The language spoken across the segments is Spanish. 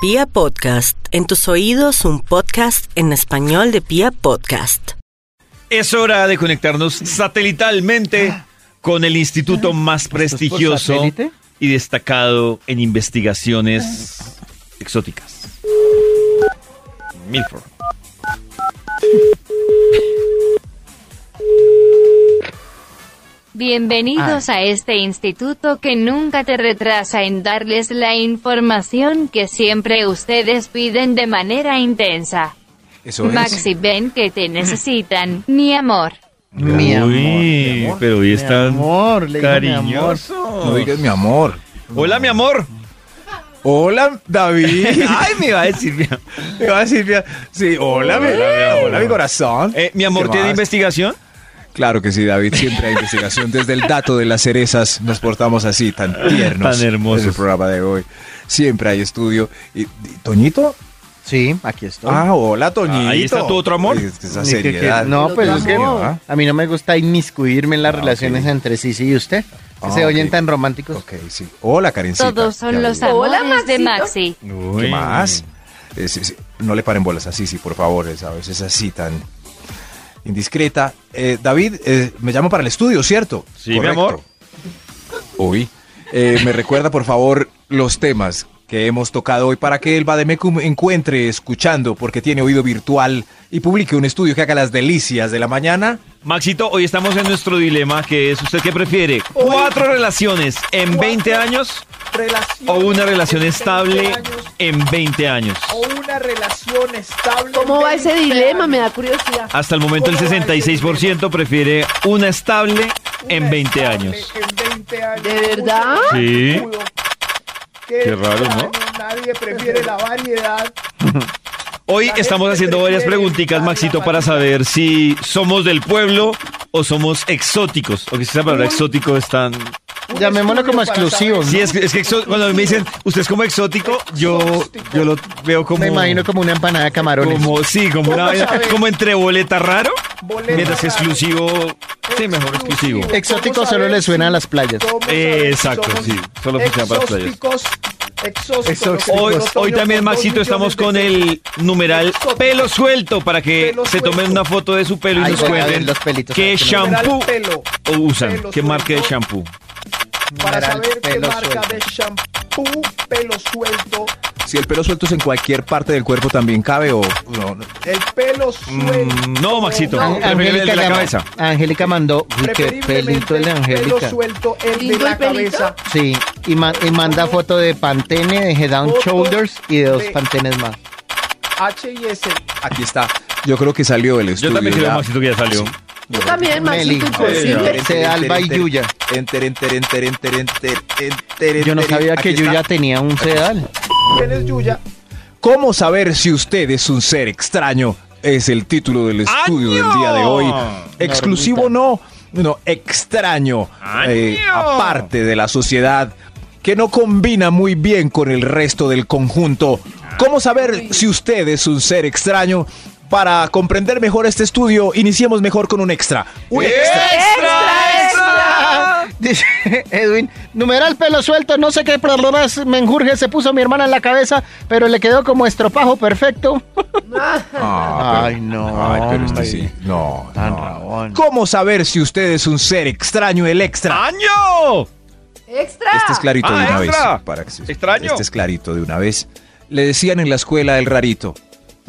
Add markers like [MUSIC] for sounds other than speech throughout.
Pia Podcast, en tus oídos un podcast en español de Pia Podcast. Es hora de conectarnos satelitalmente Ah. con el instituto más prestigioso satélite? y destacado en investigaciones exóticas. Milford. Bienvenidos a este instituto que nunca te retrasa en darles la información que siempre ustedes piden de manera intensa. Eso es. Mm. Maxi, ven que te necesitan, mi amor. Mi amor, Uy, mi amor, pero hoy mi están amor, le dije mi amor. cariñosos. No digas mi amor. Hola, mi [LAUGHS] amor. Hola, David. [LAUGHS] Ay, me va a decir mi amor. Me va a decir, mi- sí, hola, mi, hola, mi corazón. Eh, mi amor, ¿Qué ¿tiene más? investigación? Claro que sí, David. Siempre hay investigación. Desde el dato de las cerezas nos portamos así, tan tiernos. Tan hermosos. Es el programa de hoy. Siempre hay estudio. ¿Y, y- Toñito? Sí, aquí estoy. Ah, hola, Toñito. Ahí está tu otro amor. Es que esa Ni que- que- seriedad. no, pues Dios es que mío, ¿ah? a mí no me gusta inmiscuirme en las Ah, relaciones ok. entre sí y usted. Que Ah, se oyen ok. tan románticos. Ok, sí. Hola, Karencita. Todos Ya son los veo. amores de Maxi. ¿Qué Uy. más? Eh, sí, sí. No le paren bolas así, sí, por favor. es A veces así tan indiscreta. Eh, David, eh, me llamo para el estudio, ¿cierto? Sí, mi amor. Hoy. me recuerda, por favor, los temas que hemos tocado hoy para que el Bademecum encuentre escuchando, porque tiene oído virtual y publique un estudio que haga las delicias de la mañana. Maxito, hoy estamos en nuestro dilema que es ¿usted qué prefiere? ¿Cuatro relaciones en 20 años relación o una relación en 20 estable años, en 20 años? o una relación estable ¿Cómo en va ese 20 dilema? Me años. da curiosidad. Hasta el momento el 66% prefiere una estable Una en 20 estable años. en 20 años. ¿De verdad? Mucho Sí. escudo. Qué, raro, ¿no? extraño, Nadie prefiere la variedad. Hoy La estamos gente haciendo varias prefiere preguntitas, estar Maxito, la para patita. saber si somos del pueblo o somos exóticos. O que esa palabra exótico es tan... Un Llamémoslo estudio como para exclusivo. saber- Sí, es, que- es que exo- cuando a mí me dicen, usted es como exótico, yo, yo lo veo como... Me imagino como una empanada de camarones. Como, sí, como una ¿Cómo vaina- sabe? como entre boleta raro, Boleta mientras que raro. exclusivo, sí, mejor exclusivo. Exclusivo. Exótico ¿Cómo solo saber le suena a si- las playas. ¿Cómo saber si Exacto, somos sí, solo funciona para las playas. Exóticos, exóticos. Exóticos. Hoy, Nosotros, hoy Toño, también, con dos Maxito, estamos millones con de el numeral Exótico. pelo suelto para que Pelo se tomen suelto. una foto de su pelo y Ay, nos voy a ver cuenten los pelitos, a qué ver qué nos- shampoo Numeral pelo. usan, Pelo qué marca de suelto. shampoo. Para Numeral saber qué pelo marca suelto. de shampoo, pelo suelto, Si el pelo suelto es en cualquier parte del cuerpo también cabe o... no, no. el pelo suelto. Mm, no, Maxito. An- No, preferible el de la llama- cabeza. Angélica mandó. Uy, qué Preferiblemente pelito el de pelo Angélica. suelto, el de ¿Lindo la el pelito? cabeza. Sí, y, ma- y manda foto de Pantene, de Head Down Foto Shoulders y de dos de- Pantenes más. H y S. Aquí está. Yo creo que salió el estudio. Yo también creo, ya. Maxito, que ya salió. Yo también, pues, Meli. Maxito, Pues imposible. Ese Alba y Yuya. Enter, enter, enter, enter, enter, enter, Yo no enter. sabía Aquí que está. Yuya tenía un sedal. ¿Quién es Yuya? ¿Cómo saber si usted es un ser extraño? Es el título del estudio ¡Año! del día de hoy. Exclusivo no, no, extraño. eh, ¡Año! aparte de la sociedad, que no combina muy bien con el resto del conjunto. Ah. ¿Cómo saber si usted es un ser extraño? Para comprender mejor este estudio, iniciemos mejor con un extra. Un ¡Eh! extra. ¡Extra, [LAUGHS] Dice Edwin, numeral pelo suelto, no sé qué problemas me menjurje se puso mi hermana en la cabeza, pero le quedó como estropajo perfecto. Ah, Ay, no, Ay, pero este hombre. sí. No. Tan no. rabón. ¿Cómo saber si usted es un ser extraño el extra? ¡Año! ¡Extra! Este es clarito Ah, de una extra. vez. Para que se- Extraño. Este es clarito de una vez. Le decían en la escuela el rarito.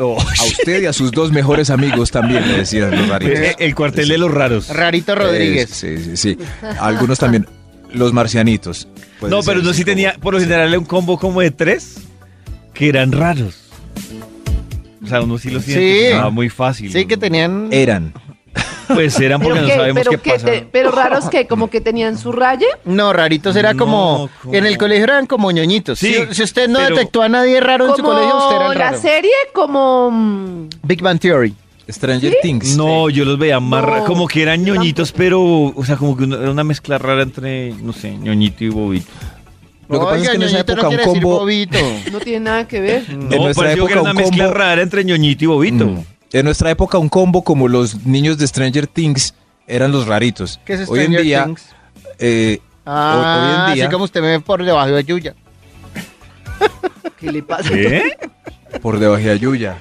A usted y a sus dos mejores amigos también le decían los raritos. Eh, El cuartel de los raros. [LAUGHS] Rarito Eh, Rodríguez. Sí, sí, sí. Algunos también. Los marcianitos. Puede No, ser, pero no sí como- tenía, por lo general, era un combo como de tres que eran raros. O sea, uno sí los Sí. identificaba muy fácil. Sí, que tenían... Eran. Pues eran porque Pero, no qué, sabemos pero qué qué pasa. te- pero raros que como que tenían su raye. No, raritos era No, como... como- En el colegio eran como ñoñitos. Sí, si, si usted no pero- detectó a nadie raro en su colegio, usted era Como el la raro. serie, como... mm, Big Bang Theory. Stranger Things. No, yo los veía más No, ra- como que eran ñoñitos, pero, o sea, como que uno- era una mezcla rara entre, no sé, ñoñito y bobito. Lo que pasa es que en esa ñoñito no época un quiere decir combo. [LAUGHS] bobito. No tiene nada que ver. No, En nuestra pareció que época era una un mezcla combo- rara entre ñoñito y bobito. Mm. En nuestra época, un combo como los niños de Stranger Things eran los raritos. ¿Qué es Hoy en Stranger día, Things? eh, Ah, hoy en día- así como usted me ve por debajo de Yuya. ¿Qué le pasa? [LAUGHS] ¿Eh? Por debajo a Yuya.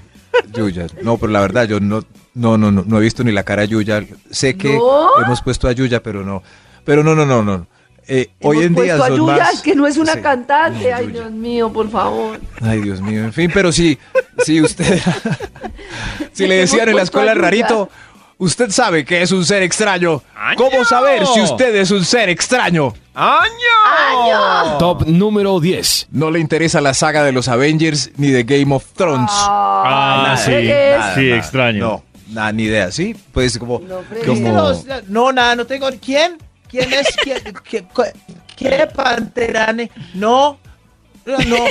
Yuya. No, pero la verdad, yo no, no, no, no, no he visto ni la cara de Yuya. Sé que ¿No? hemos puesto a Yuya, pero no. Pero no, no, no, no. Eh, Hemos hoy en día puesto a son Yuya, más- que no es una Sí. cantante. Ay, Yuya. Dios mío, por favor. Ay, Dios mío, en fin, pero sí, sí, [LAUGHS] usted. si le decían en la escuela rarito, usted sabe que es un ser extraño. ¿Cómo ¡Año! saber si usted es un ser extraño? ¡Año! Top número 10. No le interesa la saga de los Avengers ni de Game of Thrones. Ah, sí, fregues. sí, extraño. No, nada, ni idea, ¿sí? Pues como. No fregues. como- Los- la- no, nada, no tengo. ¿Quién? ¿Quién es? ¿Quién? ¿Qué, qué- qué panterane? No. No, no.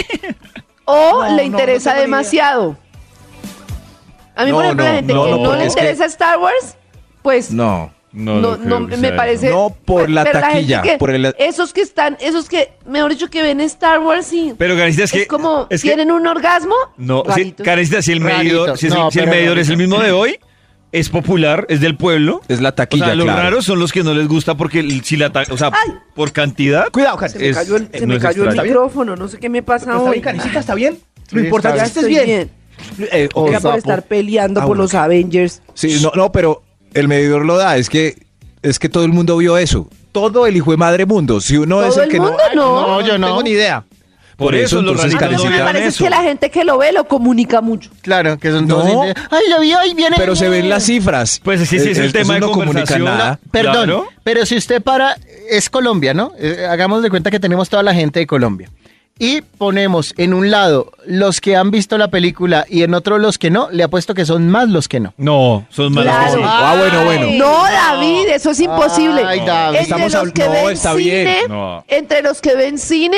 O No, no, le interesa no tengo ni demasiado. A mí, No, por ejemplo, no, la gente no, que no, no, porque le es que- interesa Star Wars, pues no, No. No, no, creo que me sea parece. No por la pero gente taquilla, que- por el- Esos que están, esos que, mejor dicho, que ven Star Wars y eso. Pero Karencita, es es, que. como es que- tienen un orgasmo. no, sí, raritos. Karencita, si el Raritos. medidor, si, es- No, si el pero medidor es el mismo de hoy, es popular, es del pueblo. Es la O taquilla, sea, los claro. raros son los que no les gusta porque el- si la ta- o sea, Ay. por cantidad. Cuidado, Karen. se me es- cayó el, se no me es cayó el extraño. micrófono, no sé qué me pasa ¿Está hoy. bien, Karencita? ¿Está bien? Lo Sí, importante Ya es que estés estoy bien. bien. Eh, ok, Oiga, por papo. estar peleando Ah, por bueno. los Avengers. Sí, no, no, pero el medidor lo da, es que es que todo el mundo vio eso. Todo el hijo de madre mundo. Si uno es Todo el, el que mundo no. no. No, yo no. tengo ni idea. Por eso los entonces, A raritos mí lo no Karencita, que me vean parece es eso. que la gente que lo ve lo comunica mucho. Claro, que son No. todos así de, Ay, lo vi hoy, viene. Pero se ven las cifras. Eh, Pues sí, sí, es el tema de no comunica conversación. nada. Perdón, Claro. pero si usted para, es Colombia, ¿no? Eh, hagamos de cuenta que tenemos toda la gente de Colombia. Y ponemos en un lado los que han visto la película y en otro los que no, le apuesto que son más los que no. No, son malos. Claro. conmigo. Ah, bueno, bueno. No, David, eso es imposible. Ay, David. Entre Estamos los habl- que no, ven está cine, bien. No. entre los que ven cine,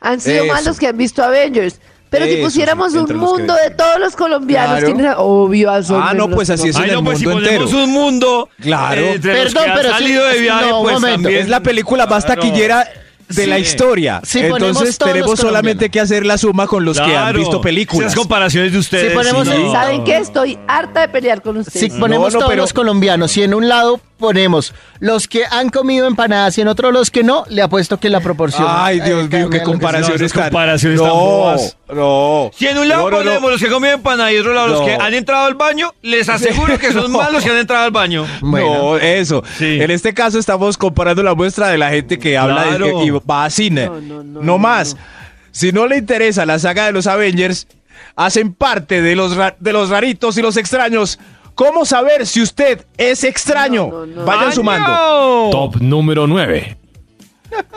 han sido Eso. más los que han visto Avengers. Pero si Eso, pusiéramos sí, entre un los que mundo ven de cine. todos los colombianos, Claro. ¿quiénes- obvio, Ah, no, pues así es Ay, en el no, pues si mundo ponemos entero. un mundo. Claro. eh, entre los Perdón, que han pero sí- salido de viaje, no, un pues momento. también. Es la película más Claro. taquillera de la Ah, Sí. historia. Si ponemos Entonces todos los tenemos solamente colombianos. que hacer la suma con los que han Claro. visto películas. Esas comparaciones de ustedes. Si ponemos sí, el- no. ¿Saben qué? Estoy harta de pelear con ustedes. Si ponemos no, todos pero- los colombianos y en un lado ponemos los que han comido empanadas y en otro los que no, le apuesto que la proporción. Eh, Ay, Dios mío, qué No, comparaciones esas tan... comparaciones tan no, bobas. no. Si en un lado No, no, no. ponemos los que comían empanada y en otro lado los No. que han entrado al baño, les aseguro que son [LAUGHS] No. más los que han entrado al baño. No, eso. Sí. En este caso estamos comparando la muestra de la gente que habla de- Claro. y va a cine. No, No, no, no, más. no. Si no le interesa la saga de los Avengers, hacen parte de los, ra- de los raritos y los extraños. ¿Cómo saber si usted es extraño? No, no, no. Vayan sumando. ¡Año! Top número 9.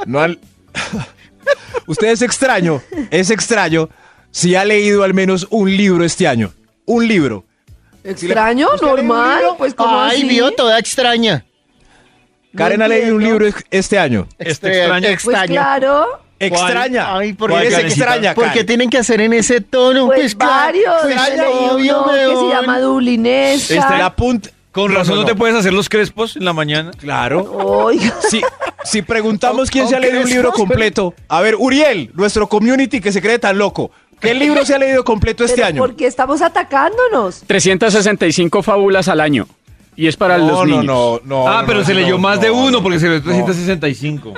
No al- [LAUGHS] usted es extraño, es extraño si ha leído al menos un libro este año. Un libro. Extraño, normal, pues como Ay, así. vio toda extraña. Karen ha leído un libro ex- este año. Este extraño. Pues claro, Extraña. Ay, ¿por qué Eres Karencita? extraña. ¿Por qué Karen. tienen que hacer en ese tono? pues, claro, varios. pues Yo leí obvio, uno que se weón. llama Dublinesca. Está Este, la punta. Con razón no, te puedes hacer los crespos en la mañana. Claro. Oiga. Si, si preguntamos quién se ha Aunque leído un es libro más, completo. A ver, Uriel, nuestro community que se cree tan loco. ¿Qué libro se ha leído completo este Pero año? ¿Por qué estamos atacándonos? 365 fábulas al año. Y es para los no, no, niños. no, no. ah, no, pero no, se no, leyó más no, de uno no, porque se leyó no. 365.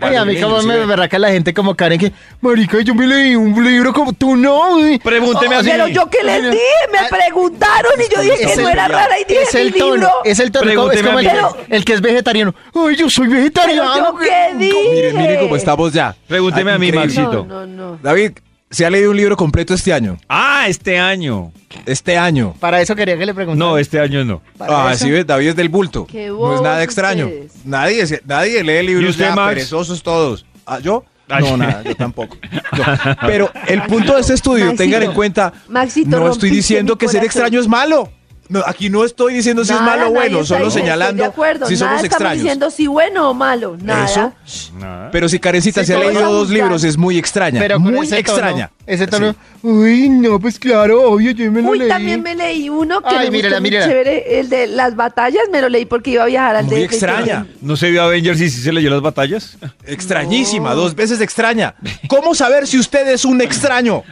Ay, a mí como me verraca la gente como Karen que, marica, yo me leí un libro como tú no. uy". Pregúnteme así. Oh, Pero yo que les di, me preguntaron y yo dije que Es no el- era rara y dije Es el mi tono, libro. es el tono, como- es Pregúnteme como el, a mí. que- el que es vegetariano. Ay, yo soy Pero vegetariano. yo [LAUGHS] qué dije. Miren, miren cómo estamos ya. Pregúnteme Ah, a mí, increíble. Maxi. No, Maxito. no, no. David, ¿se ha leído un libro completo este año? Ah, este año. Este año. Para eso quería que le preguntara. No, este año no. Para ah, eso. sí, ves, David es del bulto. Qué no es nada bobos extraño. ustedes. Nadie, se- nadie lee libros ¿Y usted, ya, Max? perezosos todos. Ah, ¿Yo? Ay. No, nada, yo [LAUGHS] tampoco. Yo. Pero el punto de este estudio, Maxito, tengan en cuenta, Maxito, no estoy rompiste diciendo mi que ser corazón. extraño es malo. No, aquí no estoy diciendo si es Nada, malo o nadie bueno, está solo diciendo, señalando estoy de acuerdo, si nada somos estamos extraños. diciendo si bueno o malo, nada. Eso. Nada. Pero si Karencita Sí, se ha pero leído vamos a dos libros, buscar. es muy extraña. Pero con muy ese tono, extraña. ese tono. Sí. Uy, no, pues claro, obvio, yo me lo Uy, leí. también me leí uno que Ay, me gustó mírala, muy mírala. chévere, el de las batallas, me lo leí porque iba a viajar al Muy DF. extraña. ¿No se vio Avengers y sí se leyó las batallas? Extrañísima, Oh. dos veces extraña. ¿Cómo saber si usted es un extraño?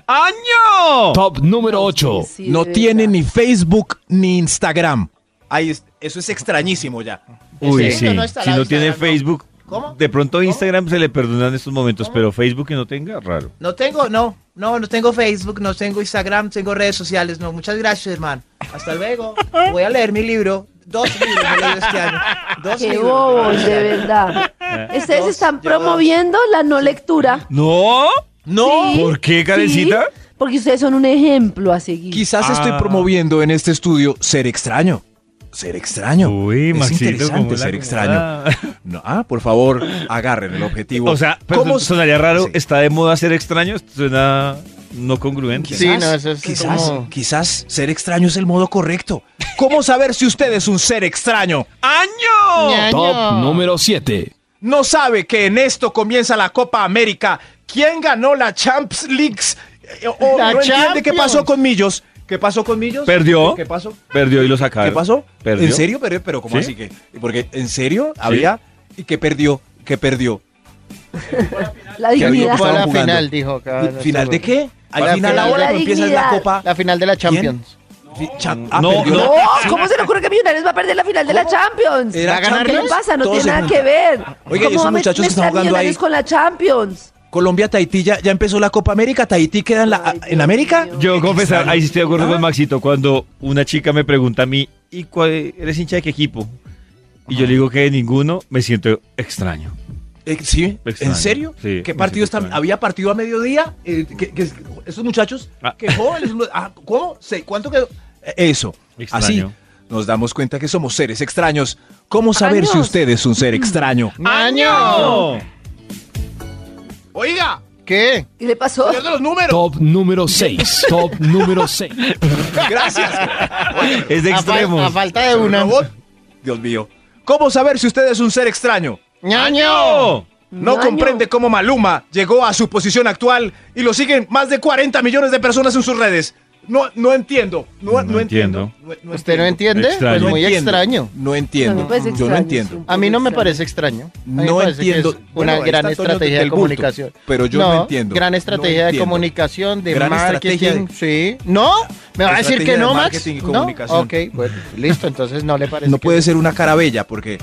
¡Año! Top número 8. Sí, no de tiene verdad. ni Facebook ni Instagram. Ahí es- eso es extrañísimo ya. Uy, Ese sí. no está si la no lista, tiene no. Facebook, ¿Cómo? de pronto Instagram se le perdona en estos momentos, pero Facebook que no tenga, raro. No tengo, no. No, no tengo Facebook, no tengo Instagram, tengo redes sociales. No, muchas gracias, hermano. Hasta luego. Voy a leer mi libro. Dos libros he leído este año. Dos Qué libros. bobos, de verdad. Ustedes Dos, están yo promoviendo la no lectura. ¿No? No. ¿Por qué, Karencita? porque ustedes son un ejemplo a seguir. Quizás Ah. estoy promoviendo en este estudio ser extraño. Ser extraño. Uy, es Maxito, ¿cómo interesante la ser acomoda? extraño. No, ah, por favor, agarren el objetivo. O sea, pues, pero ¿Cómo- sonaría raro, Sí. está de moda ser extraño, suena no congruente. Sí, no, eso es quizás, como- quizás ser extraño es el modo correcto. ¿Cómo saber si usted es un ser extraño? ¡Año! Top número 7. No sabe que en esto comienza la Copa América. ¿Quién ganó la Champs Leagues? Eh, o La no entiende qué pasó Champions. con Millos. ¿Qué pasó con Millos? Perdió. ¿Qué pasó? Perdió y lo sacaron. ¿Qué pasó? Perdió. ¿En serio? Pero, pero ¿cómo ¿Sí? así que? Porque ¿en serio? Había y que perdió, que perdió. la que había dignidad. Fue a la Estaban jugando. final, dijo. Ah, acá, no ¿Final sé de por qué? La Al final final. ahora La que empieza es la dignidad. copa. La final de la Champions. Cham- ah, No, perdió no. la- ¡No! ¿Cómo se le ocurre que Millonarios va a perder la final de la Champions? ¿Era ¿Qué Champions? le pasa? No Todo tiene se nada junta. que ver. Oiga, y esos va a muchachos que están mezclar jugando Millonarios ahí? con la Champions? Colombia, Tahití, ya, ya empezó la Copa América. Tahití queda en, la, Ay, en Dios América. mío. Yo confesar, ahí sí estoy de acuerdo Ah. con Maxito, cuando una chica me pregunta a mí, ¿y cuál eres hincha de qué equipo? Y yo le digo que de ninguno, me siento extraño. Eh, sí, Extraño. ¿en serio? Sí, ¿Qué me siento partido está- extraño. había partido a mediodía? Eh, que- que- esos muchachos, Ah. que jóvenes. [LAUGHS] ah, ¿Cómo? Sí, ¿Cuánto quedó? Eh, Eso. Extraño. Así nos damos cuenta que somos seres extraños. ¿Cómo saber si Años. usted es un ser extraño? ¡Año! Oiga, ¿Qué? ¿Qué le pasó? señor de los números. Top número 6. Top número [LAUGHS] 6. [LAUGHS] pues, Gracias. Es de A, fal- extremos. a falta de una. Robot. Dios mío. ¿Cómo saber si usted es un ser extraño? ¡Ñaño! No Ñaño. comprende cómo Maluma llegó a su posición actual y lo siguen más de 40 millones de personas en sus redes. No, no entiendo. No, No no entiendo. no ¿Usted no entiendo. entiende? Extraño. Pues No muy entiendo. extraño. No entiendo. No pues, me parece Yo extraño, no sí, un entiendo. poco A mí no me extraño. parece extraño. A mí me No parece que entiendo. es una Bueno, gran está Antonio estrategia del de bulto, comunicación. pero yo no entiendo. Gran No estrategia de entiendo. comunicación, de Gran estrategia marketing. Sí. ¿No? ¿Me va a decir Estrategia que de no, Max? marketing y ¿No? comunicación. Ok, bueno, listo. Entonces no le parece. No que- puede ser una cara bella porque,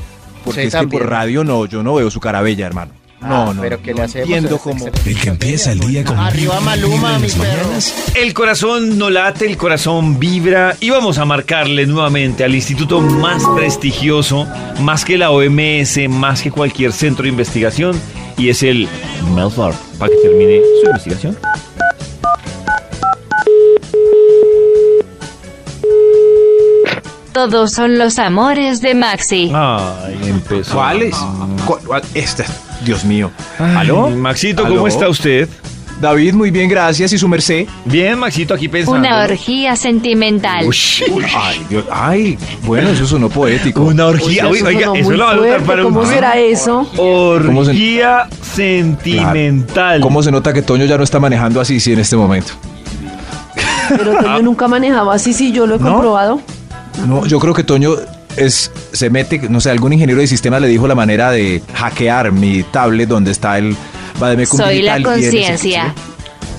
porque Sí, es que por también. radio no, yo no veo su cara bella, hermano. Ah, No, no. Pero que no le hacemos. entiendo Es cómo. excelente. El que empieza el día con Arriba Maluma, mi perro. El corazón no late, el corazón vibra y vamos a marcarle nuevamente al instituto más prestigioso, más que la OMS, más que cualquier centro de investigación y es el Melfar para que termine su investigación. Todos son los amores de Maxi. Ay, empezó. ¿Cuál es? ¿Cuál- cuál- Esta. Dios mío. ¿Aló? Maxito, ¿cómo ¿Aló? está usted? David, muy bien, gracias. ¿Y su merced? Bien, Maxito, aquí pensando. Una orgía sentimental. Ay, Dios. Ay, bueno, eso sonó poético. Una Uy, orgía. eso oiga, sonó eso muy lo va a anotar fuerte, para un ¿Cómo tweet. será eso? ¿Cómo se- Orgía sentimental. ¿Cómo se nota que Toño ya no está manejando así, sí, en este momento? Pero Toño nunca manejaba así, sí, yo lo he Ah. ¿No? comprobado. No, yo creo que Toño es, se mete, no sé, algún ingeniero de sistemas le dijo la manera de hackear mi tablet donde está el Bademecum Soy la digital y él es- conciencia.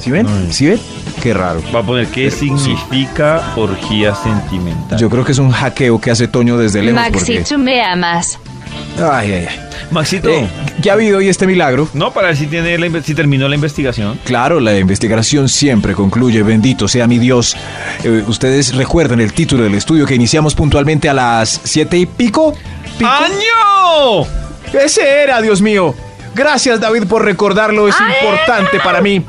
¿Sí ven? ¿Sí ven? Qué raro. Va a poner qué significa orgía sentimental. Yo creo que es un hackeo que hace Toño desde lejos. Maxi, porque- tú me amas. Ay, ay, ay. Maxito, Eh, ¿Qué ha habido hoy este milagro? no, para ver si, tiene la inve- si terminó la investigación. Claro, la investigación siempre concluye, bendito sea mi Dios. Eh, Ustedes recuerdan el título del estudio que iniciamos puntualmente a las siete y pico. ¿Pico? Ah, ¡Año! Ese era, Dios mío. Gracias, David, por recordarlo. Es importante para mí.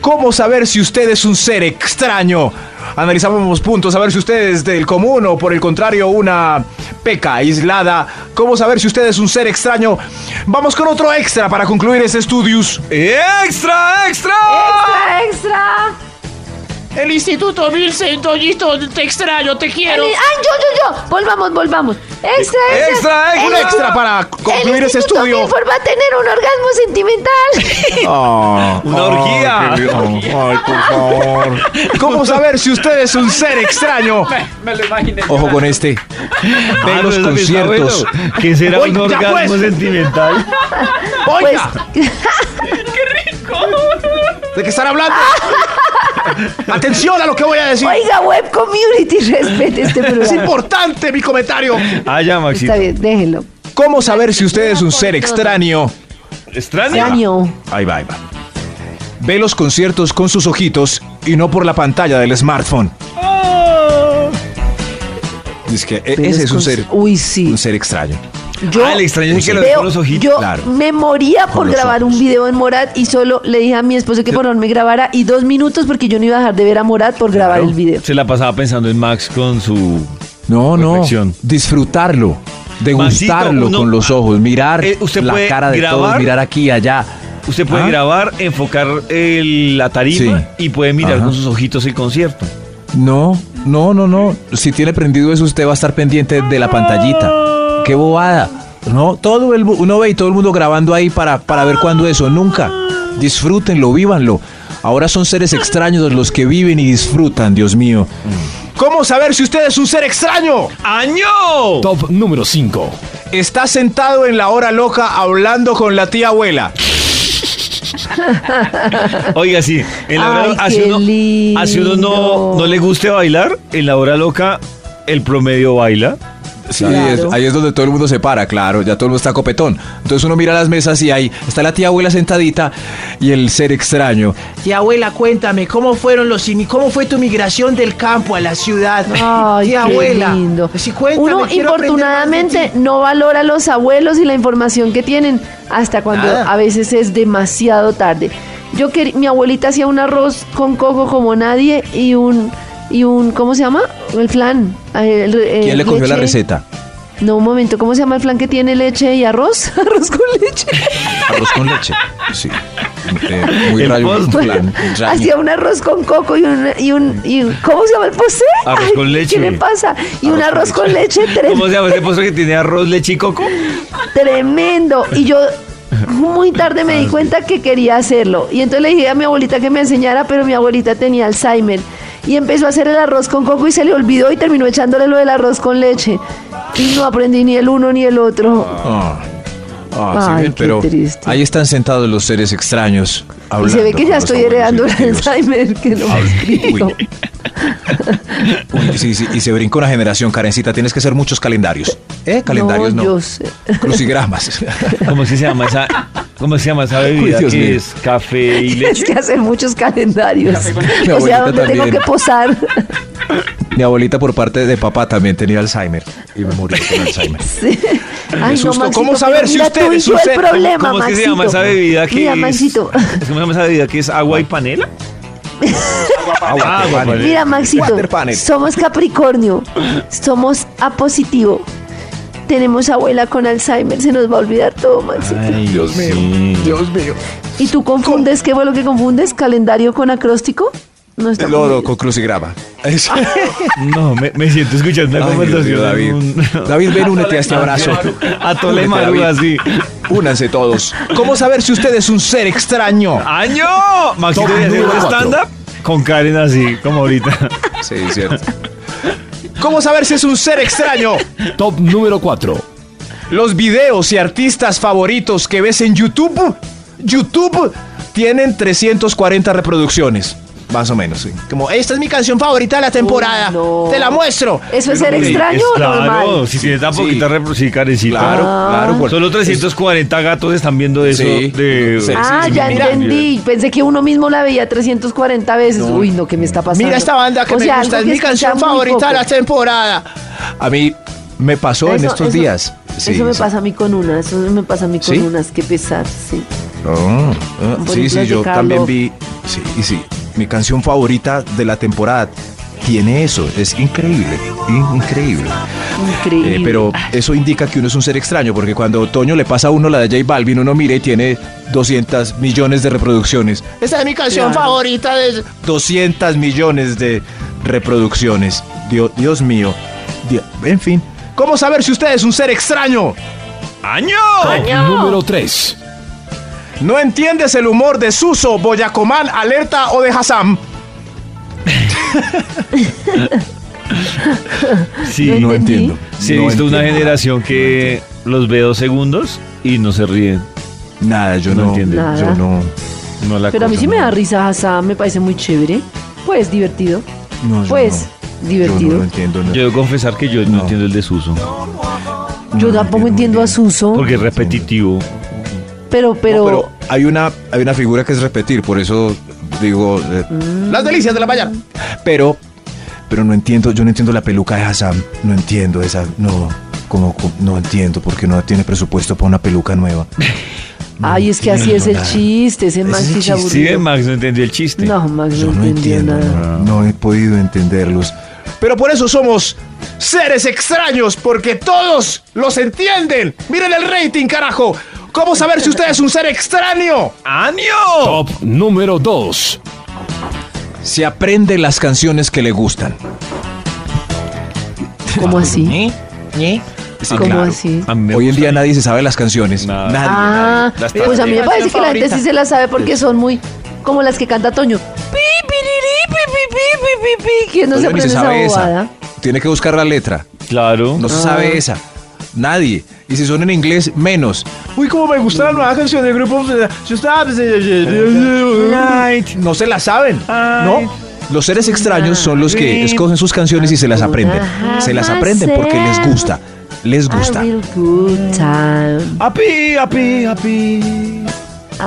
¿Cómo saber si usted es un ser extraño? Analizábamos puntos, a ver si usted es del común o por el contrario una peca aislada. ¿Cómo saber si usted es un ser extraño? Vamos con otro extra para concluir este estudios. ¡Extra, extra! ¡Ah! ¡Extra, extra! El Instituto Vilsen, Toñito, te extraño, te quiero. Eli- ¡Ay, yo, yo, yo! Volvamos, volvamos. ¡Extra, extra! Extra, un El instituto- extra para concluir el ese Instituto estudio. Milford va a tener un orgasmo sentimental. Ah. Una orgía. por favor. ¿Cómo saber si usted es un ser extraño? Me lo imaginé. Ojo con este. Ve Ah, no, eso los está conciertos. bueno. Que será un Oiga, orgasmo pues. sentimental. [LAUGHS] Oiga. Pues, ¿De qué están hablando? Atención a lo que voy a decir. Oiga, web community, [LAUGHS] respete [LAUGHS] este Es programa. importante mi comentario. Ah, ya, Maxito. Está bien, déjenlo. ¿Cómo saber si usted es un ser extraño? Extraño. Extraño. Ahí va, ahí va. Ve los conciertos con sus ojitos y no por la pantalla del smartphone. Es que e- Oh. Pero ese es un con- ser, Uy, sí. un ser extraño. Yo Ah, el extraño es que lo veo- ve con los ojitos. Yo Claro. me moría Con por los grabar ojos. un video en Morat y solo le dije a mi esposo que por favor me grabara y dos minutos porque yo no iba a dejar de ver a Morat por grabar el video. Se la pasaba pensando en Max con su... No, no, Perfección. disfrutarlo, degustarlo Maxito, uno- con los ojos, mirar Eh, usted la puede cara de grabar- todos, mirar aquí, allá. Usted puede Ah. grabar, enfocar el- la tarima y puede mirar Ajá. con sus ojitos el concierto. No, no, no, no. Si tiene prendido eso, usted va a estar pendiente de la pantallita. ¡Qué bobada! No, todo el, mu- uno ve y todo el mundo grabando ahí para, para ver cuándo eso. Nunca. Disfrútenlo, vívanlo. Ahora son seres extraños los que viven y disfrutan, Dios mío. ¿Cómo saber si usted es un ser extraño? ¡Año! Top número 5. Está sentado en la hora loca hablando con la tía abuela. Oiga, sí, en la Ay, hora, así qué uno, así uno no, lindo. no le guste bailar, en la hora loca el promedio baila. Sí, Claro. es- ahí es donde todo el mundo se para, claro, ya todo el mundo está copetón. Entonces uno mira las mesas y ahí está la tía abuela sentadita y el ser extraño. Tía abuela, cuéntame, ¿cómo fueron los imi- cómo fue tu migración del campo a la ciudad? Ay, Tía qué abuela. Pues lindo. Sí, cuéntame, Uno quiero aprender más de infortunadamente ti. no valora a los abuelos y la información que tienen hasta cuando Nada. a veces es demasiado tarde. Yo quer- mi abuelita hacía un arroz con coco como nadie y un y un ¿cómo se llama? El flan. eh, el re- eh, ¿Quién le cogió la leche. receta? No, un momento, ¿cómo se llama el flan que tiene leche y arroz? [LAUGHS] Arroz con leche. Arroz con leche. Sí. Eh, muy Ah, El rayo. postre. plan, rayo. Hacía un arroz con coco y un, y un, y un- ¿cómo se llama el postre? Arroz Ay, con leche. ¿Qué me pasa? Y un arroz con leche, tremendo. ¿Cómo se llama ese postre que tiene arroz, leche y coco? Tremendo. Y yo muy tarde me di cuenta que quería hacerlo. Y entonces le dije a mi abuelita que me enseñara, pero mi abuelita tenía Alzheimer. Y empezó a hacer el arroz con coco y se le olvidó y terminó echándole lo del arroz con leche. Y no aprendí ni el uno ni el otro. Ah, ah, sí, Ay, bien, qué pero triste. ahí están sentados los seres extraños. Y se ve hablando que con ya los estoy abuelos heredando el antiguos. Alzheimer, que no Ay, es crítico. uy. Uy, sí, sí, y se brinca una generación, Karencita. Tienes que hacer muchos calendarios. ¿Eh? Calendarios no. yo sé. [LAUGHS] Crucigramas. ¿Cómo es que se llama esa, cómo se llama esa bebida? Dios que mío. es café y Tienes leche. que hacer muchos calendarios. Mi O sea, abuelita ¿dónde tengo también. que [LAUGHS] posar? Mi abuelita por parte de papá también tenía Alzheimer y me murió [LAUGHS] con Alzheimer. Sí. Ay, no, asustó. ¿Cómo Maxito, saber pero si mira usted tú y es yo un el ser? problema, ¿Cómo es que se llama Maxito. esa bebida que Mira, es? [LAUGHS] Maxito. ¿Cómo se llama esa bebida que es agua y panela? Agua, Agua, vale. Mira, Maxito, Water panel. somos Capricornio, somos A positivo. Tenemos abuela con Alzheimer, se nos va a olvidar todo, Maxito. Dios Dios mío. ¿Y tú confundes qué fue lo que confundes? ¿Calendario con acróstico? No está. Loro con [LAUGHS] crucigrama. Es- No, me, me siento escuchando una Ay, Dios mío, conversación. David. en un- David, ven, únete a este abrazo. A Tole Únete, Maruga, David. sí. Únanse todos. ¿Cómo saber si usted es un ser extraño? ¡Año! Maxito Top voy a hacer un número cuatro. stand-up con Karen así, como ahorita. Sí, cierto. ¿Cómo saber si es un ser extraño? Top número 4. Los videos y artistas favoritos que ves en YouTube, YouTube tienen 340 reproducciones. Más o menos, sí. Como esta es mi canción favorita de la temporada. no. Te la muestro. ¿Eso es ser Sí, extraño es o normal? Ah. Claro, si tiene tan sí. poquita repro- sí, Karencita. Claro, claro. por- Solo 340 gatos están viendo eso Sí. de... Sí, Ah, sí, ya sí, mira. entendí. Pensé que uno mismo la veía 340 veces. Uy, no, ¿qué me está pasando? Mira esta banda que O me sea, gusta, es algo mi que canción escucha muy favorita de poco. la temporada. A mí me pasó en Eso- estos eso- días. Sí, eso me sí. pasa a mí con una, eso me pasa a mí con ¿Sí? unas, qué pesar, sí. Ah, ah, Por sí, ejemplo, sí, el de yo Carlos. también vi. Sí, y sí. Mi canción favorita de la temporada tiene eso. Es increíble. in- increíble. Increíble. Eh, pero Ah. eso indica que uno es un ser extraño, porque cuando Otoño le pasa a uno la de J Balvin, uno mira y tiene 200 millones de reproducciones. Esta es mi canción Claro. favorita de 200 millones de reproducciones. Dios, Dios mío. Di- en fin. ¿Cómo saber si usted es un ser extraño? ¡Año! Número 3. ¿No entiendes el humor de Suso, Boyacomán, Alerta o de Hassan? Sí, No entiendo. Sí, he No visto una entiendo. generación que los ve dos segundos y no se ríen. Nada, yo No no, entiendo. Nada. Yo no. No la Pero a mí cosa, sí me no. da risa Hassan, me parece muy chévere. Pues divertido. no, yo Pues no. Yo no divertido. lo Yo, entiendo. no. Yo debo confesar que yo no, No. entiendo el desuso, no lo tampoco entiendo muy entiendo a bien. Suso. porque es repetitivo. pero, pero, Pero hay una, hay una figura que es repetir, por eso digo. eh, Mm. Las delicias de la mañana. Pero, pero no entiendo, yo no entiendo la peluca de Hassan. No entiendo esa. No, como, como- no entiendo, porque no tiene presupuesto para una peluca nueva. [LAUGHS] No ay, es que así es entiendo el nada. chiste, ese Ese Max es el sí es chiste, Sí, aburrido. ve, Max no entendió el chiste. No, Max Yo no, no entendió entiendo, nada. no he podido entenderlos. Pero por eso somos seres extraños, porque todos los entienden. Miren el rating, carajo. ¿Cómo saber si usted es un ser extraño? ¡Año! Top número 2. Se aprende las canciones que le gustan. ¿Cómo así? Sí, ¿Cómo claro. así? A mí me Hoy en gusta. día nadie se sabe las canciones. Nada. Nadie. Ah, las pues a mí me canciones parece que la gente favoritas. sí se la sabe porque son muy como las que canta Toño. Pi, piriri, pi, pi, pi, pi, pi, pi. ¿Quién no se Oye, ni aprende esa bobada? Ah. Tiene que buscar la letra. Claro. No se sabe esa. Nadie. Y si son en inglés, menos. Uy, cómo me gusta la nueva canción del grupo. Yo estaba- No se la saben. ¿No? Los seres extraños son los que escogen sus canciones y se las aprenden. Se las aprenden porque les gusta. Les gusta. A real good time. Api, api, api.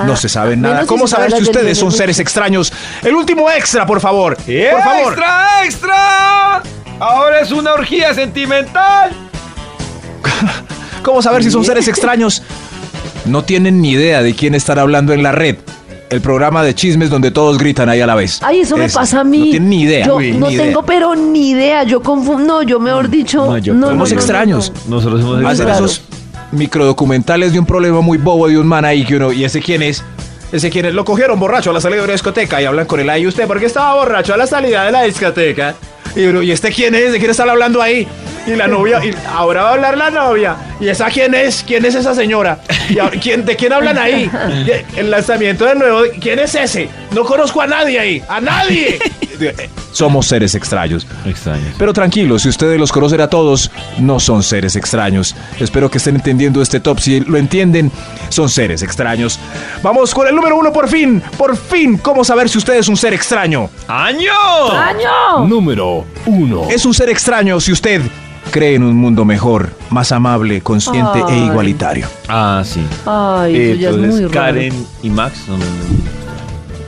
No se sabe nada. menos ¿Cómo si se saber habla si del ustedes son menudo. seres extraños? El último extra, por favor. Por favor. ¡Extra, extra! Ahora es una orgía sentimental. [LAUGHS] ¿Cómo saber si son seres extraños? No tienen ni idea de quién estar hablando en la red. El programa de chismes donde todos gritan ahí a la vez. Ay, eso me Ese. pasa a mí. No tienen ni idea. Yo Uy, no ni idea. Mm. tengo, pero ni idea. Yo confundo. No, yo mejor dicho. No, No, yo- no, somos no, no, extraños. no. Nosotros somos Hacen Claro. esos microdocumentales de un problema muy bobo de un man ahí que uno. ¿Y ese quién es? Ese quienes lo cogieron borracho a la salida de una discoteca y hablan con el ay usted porque estaba borracho a la salida de la discoteca. Y, uno, ¿y este quién es? ¿De quién está hablando ahí? Y la novia, y ahora va a hablar la novia. ¿Y esa quién es? ¿Quién es esa señora? ¿Y ahora, ¿quién, ¿De quién hablan ahí? Y El lanzamiento de nuevo, ¿quién es ese? No conozco a nadie ahí, a nadie. [LAUGHS] Somos seres extraños. Extraños. Pero tranquilos, si ustedes los conocen a todos, no son seres extraños. Espero que estén entendiendo este top. Si lo entienden, son seres extraños. Vamos con el número uno por fin. Por fin, ¿cómo saber si usted es un ser extraño? ¡Año! Ah. Número 1. Es un ser extraño si usted cree en un mundo mejor, más amable, consciente Ay. e igualitario. Ah, sí. Ay, Eh, eso ya es entonces, muy raro. Karen y Max son,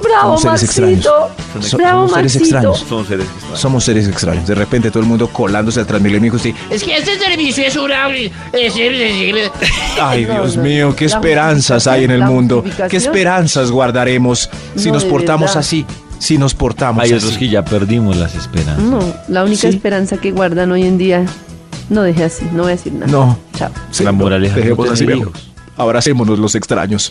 Bravo, Somos seres Maxito. extraños. So- Bravo, somos seres Maxito. extraños. son seres extraños. Somos seres extraños. De repente todo el mundo colándose al Transmilenio y sí. Es que este servicio es una... Ay, [LAUGHS] No, Dios no, mío, qué la esperanzas hay en el justificación, la mundo. ¿Qué justificación. esperanzas guardaremos si No, nos de portamos verdad. así? Si nos portamos Hay así. otros que ya perdimos las esperanzas. No, la única esperanza que guardan hoy en día. No deje así, no voy a decir nada. No. Chao. Sí, La moraleja, dejemos no así, tener mejor. hijos. Abracémonos los extraños.